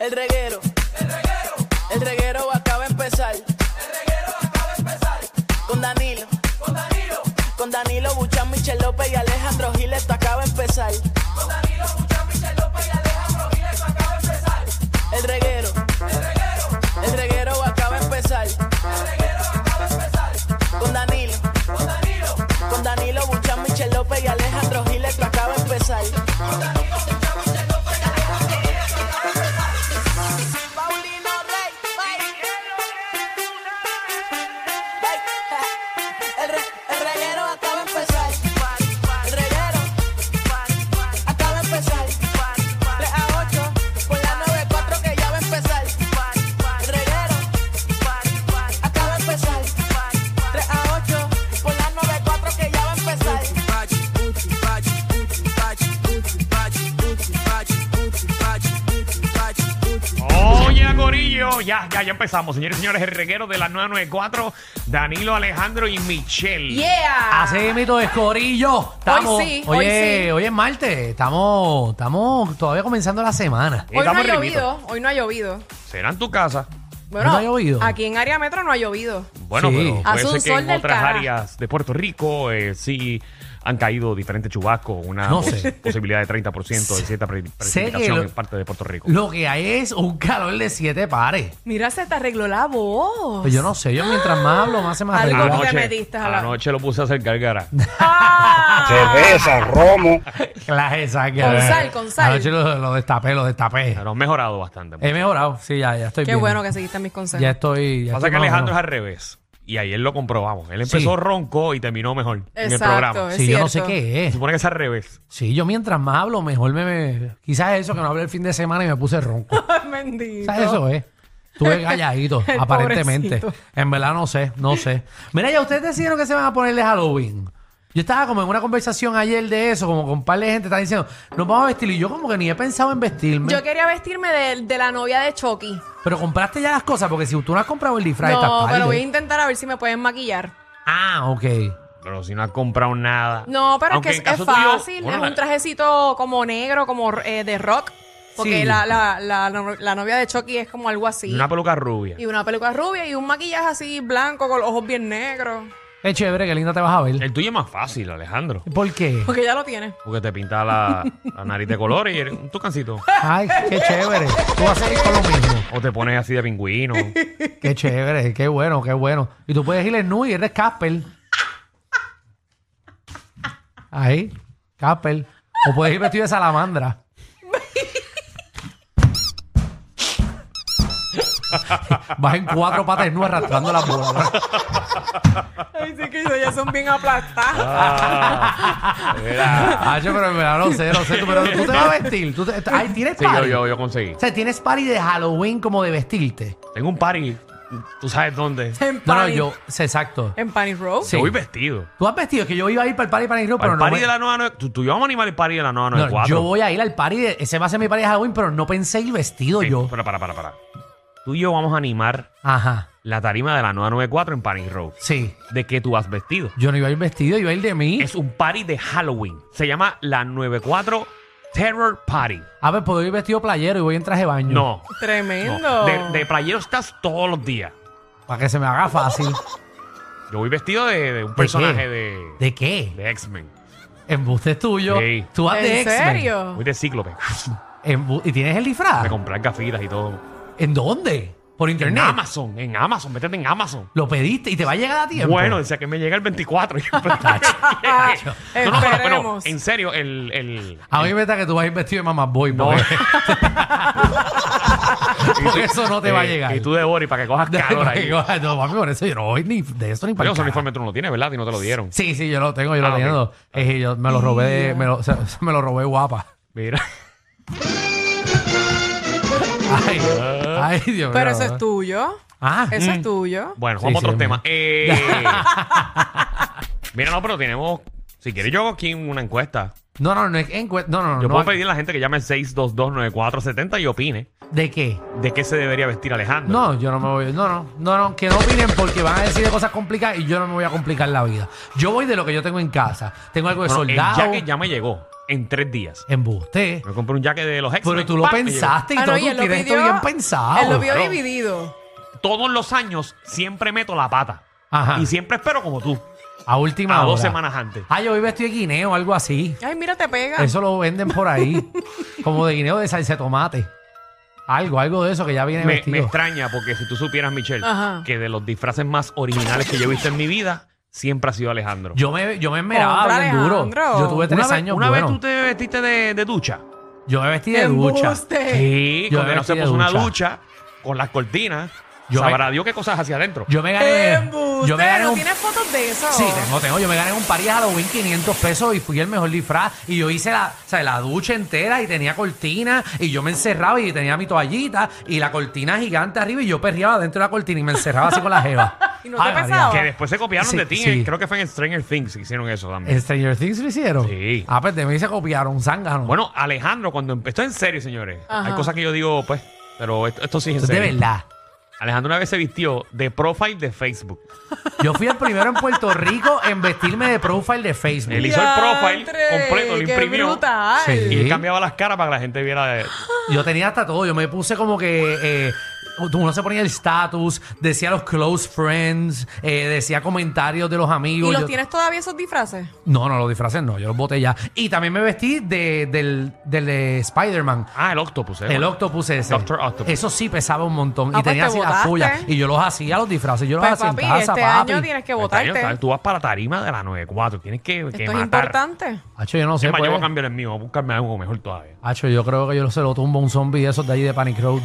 El reguero. El reguero. El reguero acaba de empezar. El reguero acaba de empezar. Con Danilo. Con Danilo. Con Danilo Buchan, Michel López y Alejandro Giles, esto acaba de empezar. Con Danilo Buchan, Michel López y Alejandro Giles, esto acaba de empezar. El reguero. El reguero. El reguero acaba de empezar. El reguero acaba de empezar. Con Danilo. Con Danilo. Con Danilo Buchan, Michel López y Alejandro Giles, esto acaba de empezar. Paulino Rey, El, re- el reguero acaba de empezar. El reguero acaba de empezar. 3 a 8 por la 94 que ya va a empezar. El reguero acaba de empezar. 3 a 8 por la 94 que ya va a empezar. Oye, Corillo, ya, ya, ya empezamos, señores y señores, el reguero de la 994, Danilo, Alejandro y Michelle. Eh, Yeah. Así mito es Corillo. Estamos, sí, hoy oye, sí. hoy es martes. Estamos, estamos todavía comenzando la semana. Eh, Hoy no ha estamos riquitos. llovido, hoy no ha llovido. Será en tu casa. Bueno, ha llovido? aquí en área metro no ha llovido. Bueno, Sí. pero puede Hace un ser que sol en del otras carajo. áreas de Puerto Rico eh, sí han caído diferentes chubascos, una No pos- sé. posibilidad de 30% de cierta pre- precipitación lo- en parte de Puerto Rico. Lo que hay es un calor de siete pares. Mira, se te arregló la voz. Pues yo no sé, yo mientras más hablo, más se me Algo arregla. ¿Cómo te metiste a a la- la noche lo puse a hacer gargara. Ah. cerveza, romo. Clase de saque. Con sal, con sal. Anoche lo, lo destapé, lo destapé. Pero han mejorado bastante. He mejorado, sí, ya, ya estoy Qué bien. bueno que seguiste mis consejos. Ya estoy. Ya Pasa estoy que más o Alejandro es menos. al revés. Y ayer lo comprobamos. Él Sí. empezó ronco y terminó mejor en el Exacto. programa. es Sí, yo no sé cierto. qué Se es. supone que es al revés. Sí, yo mientras más hablo, mejor me. me- Quizás es eso que no hablé el fin de semana y me puse ronco. Bendito. ¿Sabes eso, eh? Estuve calladito, El aparentemente. pobrecito. En verdad no sé, no sé. Mira, ya ustedes decidieron que se van a ponerle Halloween. Yo estaba como en una conversación ayer de eso, como con un par de gente está diciendo, nos vamos a vestir. Y yo como que ni he pensado en vestirme. Yo quería vestirme de, de la novia de Chucky. Pero compraste ya las cosas, porque si tú no has comprado el disfraz, estás No, tarde. pero voy a intentar a ver si me pueden maquillar. Ah, ok. Pero si no has comprado nada. No, pero Aunque es en que es, caso es tuyo, fácil. bueno, es un trajecito como negro, como eh, de rock. Porque Sí. la, la, la, la, la novia de Chucky es como algo así. Una peluca rubia. Y una peluca rubia y un maquillaje así blanco con los ojos bien negros. Es chévere, qué linda te vas a ver. El tuyo es más fácil, Alejandro. ¿Por qué? Porque ya lo tiene. Porque te pinta la, la nariz de color y eres un tucancito. Ay, qué chévere. Tú vas a ir con lo mismo. O te pones así de pingüino. Qué chévere, qué bueno, qué bueno. Y tú puedes ir en nu y eres Casper. Ahí, Casper. O puedes ir vestido de salamandra. Vas en cuatro patas nu arrastrando la bola. Ay, sí que ya son bien aplastados. Ah, mira. Ah, yo, pero en verdad no sé, no sé. Tú, pero tú te vas a vestir. Tú te- ay, tienes Sí, yo, party. yo, yo conseguí. O sea, tienes party de Halloween como de vestirte. Tengo un party. Tú sabes dónde. En No, no, Panic- yo, sí, exacto. En Panic Row. Sí. Te voy vestido. Tú has vestido, es que yo iba a ir para el party para ir, Para pero el no. party me- de la nueva. Tú, tú y yo vamos a animar el party de la nueva No, 94. yo voy a ir al party, de, ese va a ser mi party de Halloween, pero no pensé ir vestido Sí, yo. Para, Eh, para, para, para. Tú y yo vamos a animar Ajá, la tarima de la nueva 94 en Panic Road. sí. ¿De qué tú has vestido? Yo no iba a ir vestido, iba a ir de mí. Es un party de Halloween. Se llama la 94 Terror Party. A ver, puedo ir vestido playero y voy en traje de baño. No. Tremendo. no. De, de playero estás todos los días. Para que se me haga fácil. Yo voy vestido de, de un personaje de, qué? de, ¿De qué? X-Men. Embuste es tuyo. Sí. Tú vas de ¿En X-Men. serio? Voy de cíclope. Embu- ¿Y tienes el disfraz? Me compré gafitas y todo. ¿En dónde? ¿Por En internet? Amazon, en Amazon, métete en Amazon. ¿Lo pediste y te va a llegar a tiempo? Bueno, decía que me llega el 24. no, no, pero, pero Ah, Esperemos. en serio, el, el- A mí me está que tú vas a ir vestido de mamá boy. No. porque- eso no te va a eh, llegar. Y tú de Bori para que cojas calor ahí. Digo, "Ay, no, mami, por eso yo no voy ni de eso ni Pero para el ese carajo". uniforme tú no lo tienes, ¿verdad? Y no te lo dieron. Sí, sí, yo lo tengo, yo Ah, lo ok. tengo. Eh, yo me lo robé, de- me, lo, se- se me lo robé guapa. Mira. Ay, Ah. ay, Dios mío. eh. Pero eso es tuyo. Ah, Eso es tuyo. Bueno, Sí, vamos sí, a otros es temas. Eh, mira, no, pero tenemos. Si quieres, yo hago aquí una encuesta. no, no, no es encue- No, no, no. Yo no puedo pedir a la gente que llame al 6229470 y opine ¿De qué? de qué se debería vestir Alejandro. No, yo no me voy. No, no, no, no, que no opinen porque van a decir de cosas complicadas y yo no me voy a complicar la vida. Yo voy de lo que yo tengo en casa. Tengo algo de Bueno, el soldado, jacket ya me llegó en tres días. embuste. Me compré un jacket de los ex. Pero tú lo pensaste y Ah, todo, no, tú y él lo tienes esto pidió- bien pensado. Él lo vio Claro. dividido. Todos los años siempre meto la pata. Ajá. Y siempre espero como tú. A última a hora. dos semanas antes. Ah, yo hoy vestido de guineo o algo así. Ay, mira, te pega. Eso lo venden por ahí. como de guineo de salsa de tomate. Algo, algo de eso que ya viene Me, me vestido. extraña porque si tú supieras, Michelle, Ajá. que de los disfraces más originales que yo he visto en mi vida, siempre ha sido Alejandro. Yo me, yo me esmeraba Contra, bien duro. Alejandro. Yo tuve Una tres una vez, años una buenos. vez tú te vestiste de, de ducha. Yo me vestí de ducha. Embuste. Sí, Yo cuando me no se vestí puso de una ducha. ducha con las cortinas, Yo me- sabrá Dios qué cosas hacia adentro. Yo me gané. Embuste, Yo me gané ¿No un. tienes fotos de eso? Sí, tengo, tengo. Yo me gané un parís Halloween 500 pesos y fui el mejor disfraz. Y yo hice la, o sea, la ducha entera y tenía cortina y yo me encerraba y tenía mi toallita y la cortina gigante arriba y yo perreaba dentro de la cortina y me encerraba así con la jeva. ¿Y no te María. pesaba? Que después se copiaron Sí, de ti. eh, sí. Eh, Creo que fue en Stranger Things que hicieron eso también. ¿En Stranger Things lo hicieron? Sí. Ah, pues de mí se copiaron, zángano. Bueno, Alejandro, cuando empezó en serio, señores. Ajá. Hay cosas que yo digo, pues, pero esto, esto sí es en Eso es de serio. verdad. Alejandro una vez se vistió de profile de Facebook. Yo fui el primero en Puerto Rico en vestirme de profile de Facebook. Él hizo el profile Diantre, completo, lo qué imprimió. brutal. Sí. Y él cambiaba las caras para que la gente viera. eh, Yo tenía hasta todo. Yo me puse como que. Eh, uno se ponía el status, decía los close friends, eh, decía comentarios de los ¿Y amigos. los Yo- tienes todavía esos disfraces? No, no, los disfraces no, yo los boté ya. Y también me vestí de, del, del de Spider-man. Ah, el octopus. eh. El octopus ese. Doctor Octopus. Eso sí pesaba un montón. Ah, y pues tenía te así las botaste. tuyas. Y yo los hacía los disfraces. Yo los Pues, hacía papi, en casa, este papi. año tienes Está que bien, votarte. está bien. Esto Tú vas para tarima de la 94. Tienes que, que es matar. importante. Hacho, yo no sé. Es más, yo pues. voy a cambiar el mío. Voy a buscarme algo mejor todavía. Hacho, yo creo que yo se lo tumbo a un zombie de esos de allí de Panic Road.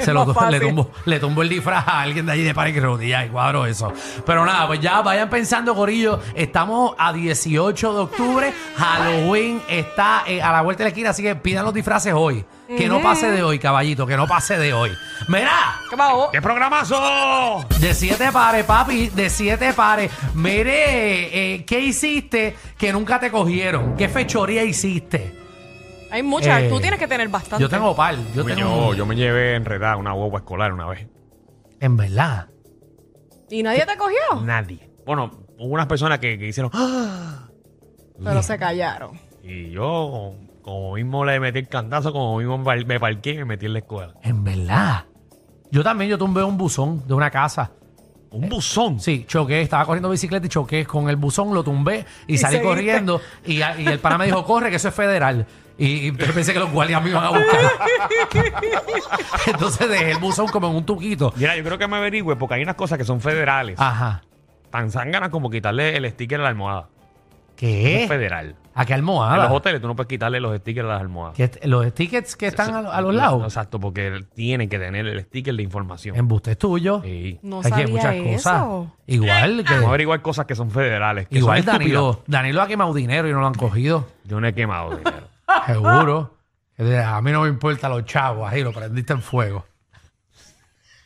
se lo más tu- le, fácil. tumbo, le tumbo el disfraz a alguien de allí de Panic Road y ya, y cuadro eso. Pero nada, pues ya vayan pensando, Corillo. Estamos a 18 de octubre. Halloween está eh, a la vuelta de la esquina, así que pidan los disfraces hoy. Que no pase de hoy, caballito, que no pase de hoy. ¡Mira! ¿Qué pasó? ¡Qué programazo! De siete pares, papi, de siete pares. Mire, eh, ¿qué hiciste que nunca te cogieron? ¿Qué fechoría hiciste? Hay muchas. Eh, Tú tienes que tener bastante. Yo tengo par. Yo Uy, tengo. Yo, yo me llevé enredada una guagua escolar una vez. En verdad. ¿Y nadie te cogió? Oh. Nadie. Bueno, hubo unas personas que, que hicieron. "Ah". Pero se callaron. Y yo, como mismo le metí el cantazo, como mismo me par- me parqué y me metí en la escuela. En verdad. Yo también, yo tumbé un buzón de una casa. Un buzón. Sí, choqué, estaba corriendo bicicleta y choqué con el buzón, lo tumbé y, Y salí seguiste. corriendo. Y, a- y el pana me dijo, corre, que eso es federal. Y, y yo pensé que los guardias me iban a buscar. Entonces dejé el buzón como en un tuquito. Mira, yo creo que me averigüe porque hay unas cosas que son federales. Ajá. Tan zánganas como quitarle el sticker a la almohada. Es ¿Qué? federal. ¿A qué En los almohada? hoteles tú no puedes quitarle los stickers a las almohadas. ¿Qué t- los tickets que están a, lo- a los lados. Exacto, porque tienen que tener el sticker de información. Embuste tuyo. Sí. No Hay que sabía eso. Igual Vamos a que. averiguar cosas que son federales. que Igual son estúpidas. Danilo. Danilo ha quemado dinero y no lo han cogido. Yo no he quemado dinero. Seguro. A mí no me importa los chavos, ahí lo prendiste en fuego.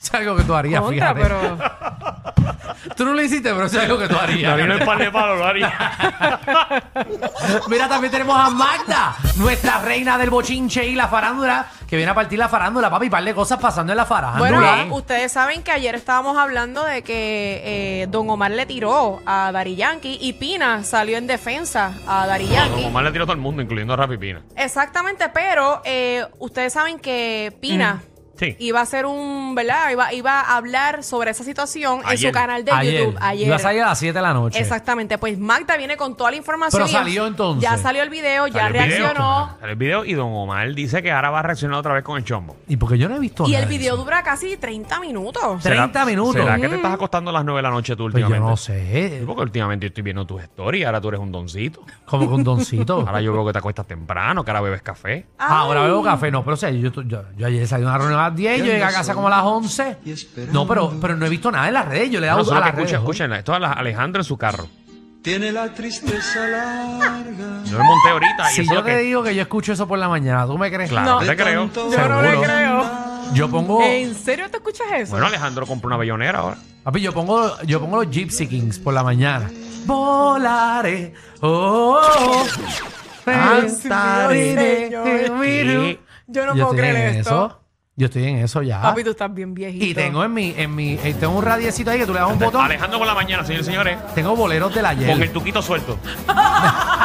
Es algo que tú harías, Contra, fíjate. pero... Tú no lo hiciste, pero eso es algo que tú harías. Danilo en par de palo lo haría. Mira, también tenemos a Magda, nuestra reina del bochinche y la farándula, que viene a partir la farándula, papi, y par de cosas pasando en la Bueno, farándula. ustedes saben que ayer estábamos hablando de que eh, Don Omar le tiró a Dari Yankee y Pina salió en defensa a Dari Yankee. Como más le tiró a todo el mundo, incluyendo a Rafi Pina. Exactamente, pero eh, ustedes saben que Pina Mm. Sí. iba a hacer un, ¿verdad? Iba, iba a hablar sobre esa situación en Ayer. su canal de YouTube ayer. Ibas a ir a las 7 de la noche. Exactamente, pues Magda viene con toda la información. Pero y- salió entonces. Ya salió el video, ya Sale el video. reaccionó. Sale el video y Don Omar dice que ahora va a reaccionar otra vez con el chombo. Y porque yo no he visto Y nada el de video eso. dura casi 30 minutos. 30 minutos. ¿Será que te estás acostando a las 9 de la noche tú Pues yo últimamente? no sé. Sí, Porque últimamente yo estoy viendo tus stories, ahora tú eres un doncito. Como con doncito. Ahora yo veo que te acuestas temprano, que ahora bebes café. Ay. Ah, Ahora bebo café, no, pero o sea, yo, yo, yo ayer salí de una reunión a las 10, yo llegué a casa como a las 11. No, pero, pero no he visto nada en las redes, yo le he No, dado eso es lo a que las redes. escucha, escuchen, esto es la- Alejandro en su carro. Tiene la tristeza larga. Yo me monté ahorita y eso Si es yo lo te que... digo que yo escucho eso por la mañana, ¿tú me crees? Claro, No. te creo. Tanto Yo no le Seguro. creo. Yo pongo. ¿En serio te escuchas eso? Bueno, Alejandro compró una bellonera ahora. Papi, yo pongo, yo pongo los Gypsy Kings por la mañana. Volaré. Oh, oh, oh. Ah, Cantaré. sí, Dios mío. Sí. Yo no puedo estoy creer en esto. eso. Yo estoy en eso ya. Papi, tú estás bien viejito. y tengo en mi, en mi, eh, tengo un radiecito ahí que tú le das un botón. Alejandro por la mañana, señores y señores. Tengo boleros del Con el ayer. tuquito suelto.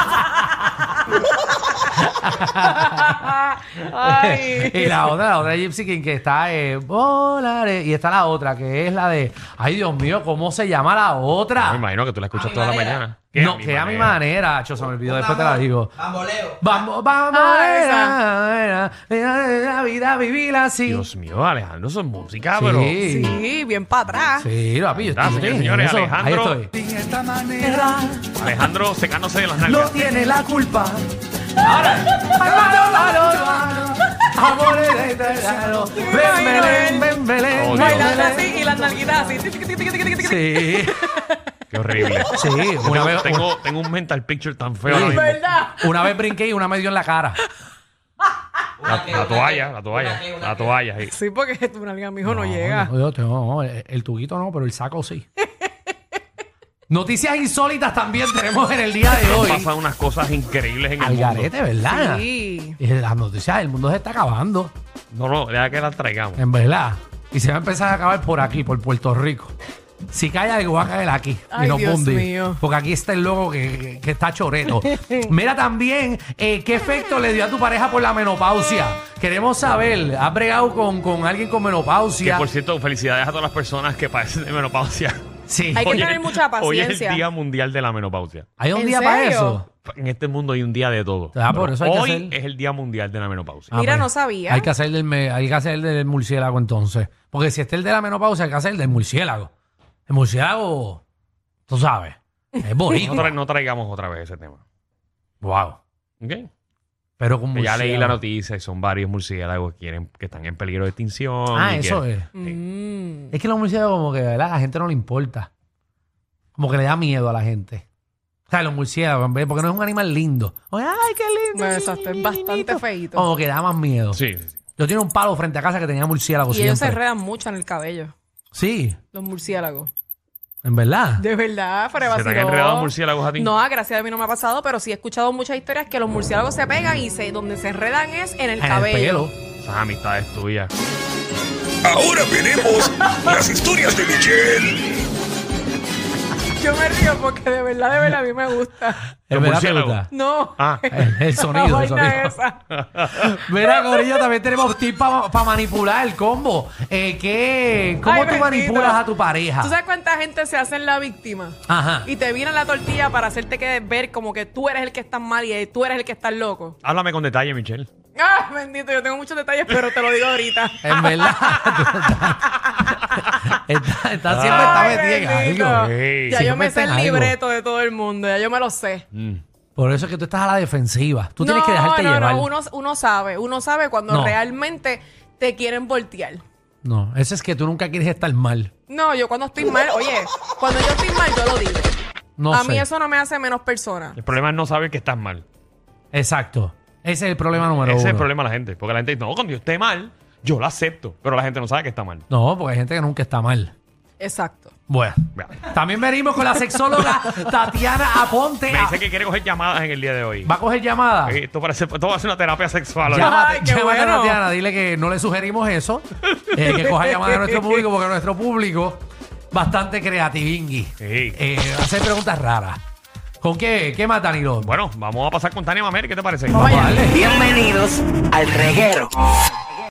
y Ay. la otra, la otra Gypsy King que está eh, volaré. Y está la otra, que es la de. Ay, Dios mío, ¿cómo se llama la otra? Me imagino que tú la escuchas toda la mañana. ¿Qué? Ah, no, que a mi manera, Cho, se me olvidó, después te la digo. Bamboleo. Vamos, vamos, Ah, era, era, era, la vida, vivirla así. Dios mío, Alejandro, eso es música, Sí. pero. Sí, bien para atrás. Sí, papi, yo Anda, estoy señores, en señores, eso. Ahí Alejandro. estoy. Sin esta manera Alejandro secándose de las nalgas. tiene la culpa. Ahora, Ven, Belén, ven, Oh, Dios. Bailando así y las nalguitas así. Tic, tic, tic, tic, tic, tic, tic. Sí, Qué horrible. sí, una Tengo- vez, tengo, tengo un mental picture tan feo. ahora Sí. mismo. ¿Verdad? una vez brinqué y una me dio en la cara. La, Una que, la una toalla, que, la toalla, una que, una la que. toalla. sí. Sí, porque tu nalga, mijo, no, llega. No, yo tengo- no, el, el tuguito no, pero el saco sí. Noticias insólitas también tenemos en el día de hoy. Pasan unas cosas increíbles en el Al mundo. garete, ¿verdad? Sí. Y Las noticias del mundo se está acabando, No, no, deja que las traigamos. en verdad. Y se va a empezar a acabar por aquí, por Puerto Rico. Si cae algo, va a caer aquí. Ay, y no Dios funde. mío. Porque aquí está el logo que, que- que está choreto. Mira también, eh, ¿qué efecto le dio a tu pareja por la menopausia? Queremos saber, ¿has bregado con, con alguien con Que menopausia? por cierto, felicidades a todas las personas que padecen de menopausia. Sí. Hay que tener mucha Hoy es paciencia. el Día Mundial de la Menopausia. ¿Hay un ¿En día para serio? eso? En este mundo hay un día de todo. Ah, por eso hay que hoy hacer- es el Día Mundial de la Menopausia. Mira, pues, no sabía. Hay que hacer el del, me- hay que hacer el del murciélago entonces. Porque si está el de la menopausia, hay que hacer el del murciélago. El murciélago, tú sabes, es No, bonito. tra- no traigamos otra vez ese tema. wow. ¿Ok? Pero con Que Ya murciélago. leí la noticia y son varios murciélagos que, quieren, que están en peligro de extinción. Ah, y que- eso es. Mm. Es que los murciélagos como que ¿verdad? a la gente no le importa. Como que le da miedo a la gente. O sea, los murciélagos, ¿ves? porque no es un animal lindo. Ay, qué lindo. Bueno, exacto, es Pues bastante feíto. Como que da más miedo. Sí, sí, sí. Yo tenía un palo frente a casa que tenía murciélagos Y ellos se siempre. enredan mucho en el cabello, Sí, los murciélagos. en verdad. De verdad, para ¿Se te han enredado murciélagos a ti? No, gracias a mí no me ha pasado, pero sí he escuchado muchas historias que los murciélagos se pegan y se, donde se enredan es en el en cabello. el pelo. Esas amistades tuyas. Ahora veremos las historias de Michelle. Yo me río porque de verdad, de verdad a mí me gusta. ¿En Los verdad te murciélagos. gusta? No. Ah, El, el La sonido, el vaina sonido. esa. Mira, Corillo, también tenemos tips para manipular el combo. Eh, ¿qué? ¿Cómo Ay, tú bendito. manipulas a tu pareja? ¿Tú sabes cuánta gente se hace en la víctima? Ajá. Y te viene la tortilla para hacerte que ver como que tú eres el que está mal y tú eres el que está loco. háblame con detalle, Michelle. Ah, bendito, yo tengo muchos detalles, pero te lo digo ahorita. En verdad. tú estás- está, está- siempre está Ay, metida en bendito. algo. Ey, Ya siempre yo me sé está en el algo. libreto de todo el mundo, ya yo me lo sé. Mm. Por eso es que tú estás a la defensiva. Tú no, tienes que dejarte no, llevar. no, uno, uno sabe, uno sabe cuando No. realmente te quieren voltear. No, eso es que tú nunca quieres estar mal. No, yo cuando estoy mal, oye, cuando yo estoy mal, yo lo digo. No a sé. mí eso no me hace menos persona. El problema es no saber que estás mal. Exacto. Ese es el problema número Ese es uno. el problema de la gente. Porque la gente dice, no, cuando yo esté mal, yo lo acepto. Pero la gente no sabe que está mal. No, porque hay gente que nunca está mal. Exacto. Bueno. Vea. También venimos con la sexóloga Tatiana Aponte. Me dice que quiere coger llamadas en el día de hoy. ¿Va a coger llamada? Ey, Esto, parece, esto va a ser una terapia sexual. hoy. Llámate, Ay, qué llámate a bueno. Tatiana, dile que no le sugerimos eso. eh, que coja llamadas de nuestro público, porque nuestro público, bastante creativingui. Sí. Eh, hace preguntas raras. ¿Con qué? ¿Qué más, Danilo? Bueno, vamos a pasar con Tania Mamer. ¿Qué te parece? Vamos a darle. Bienvenidos al reguero.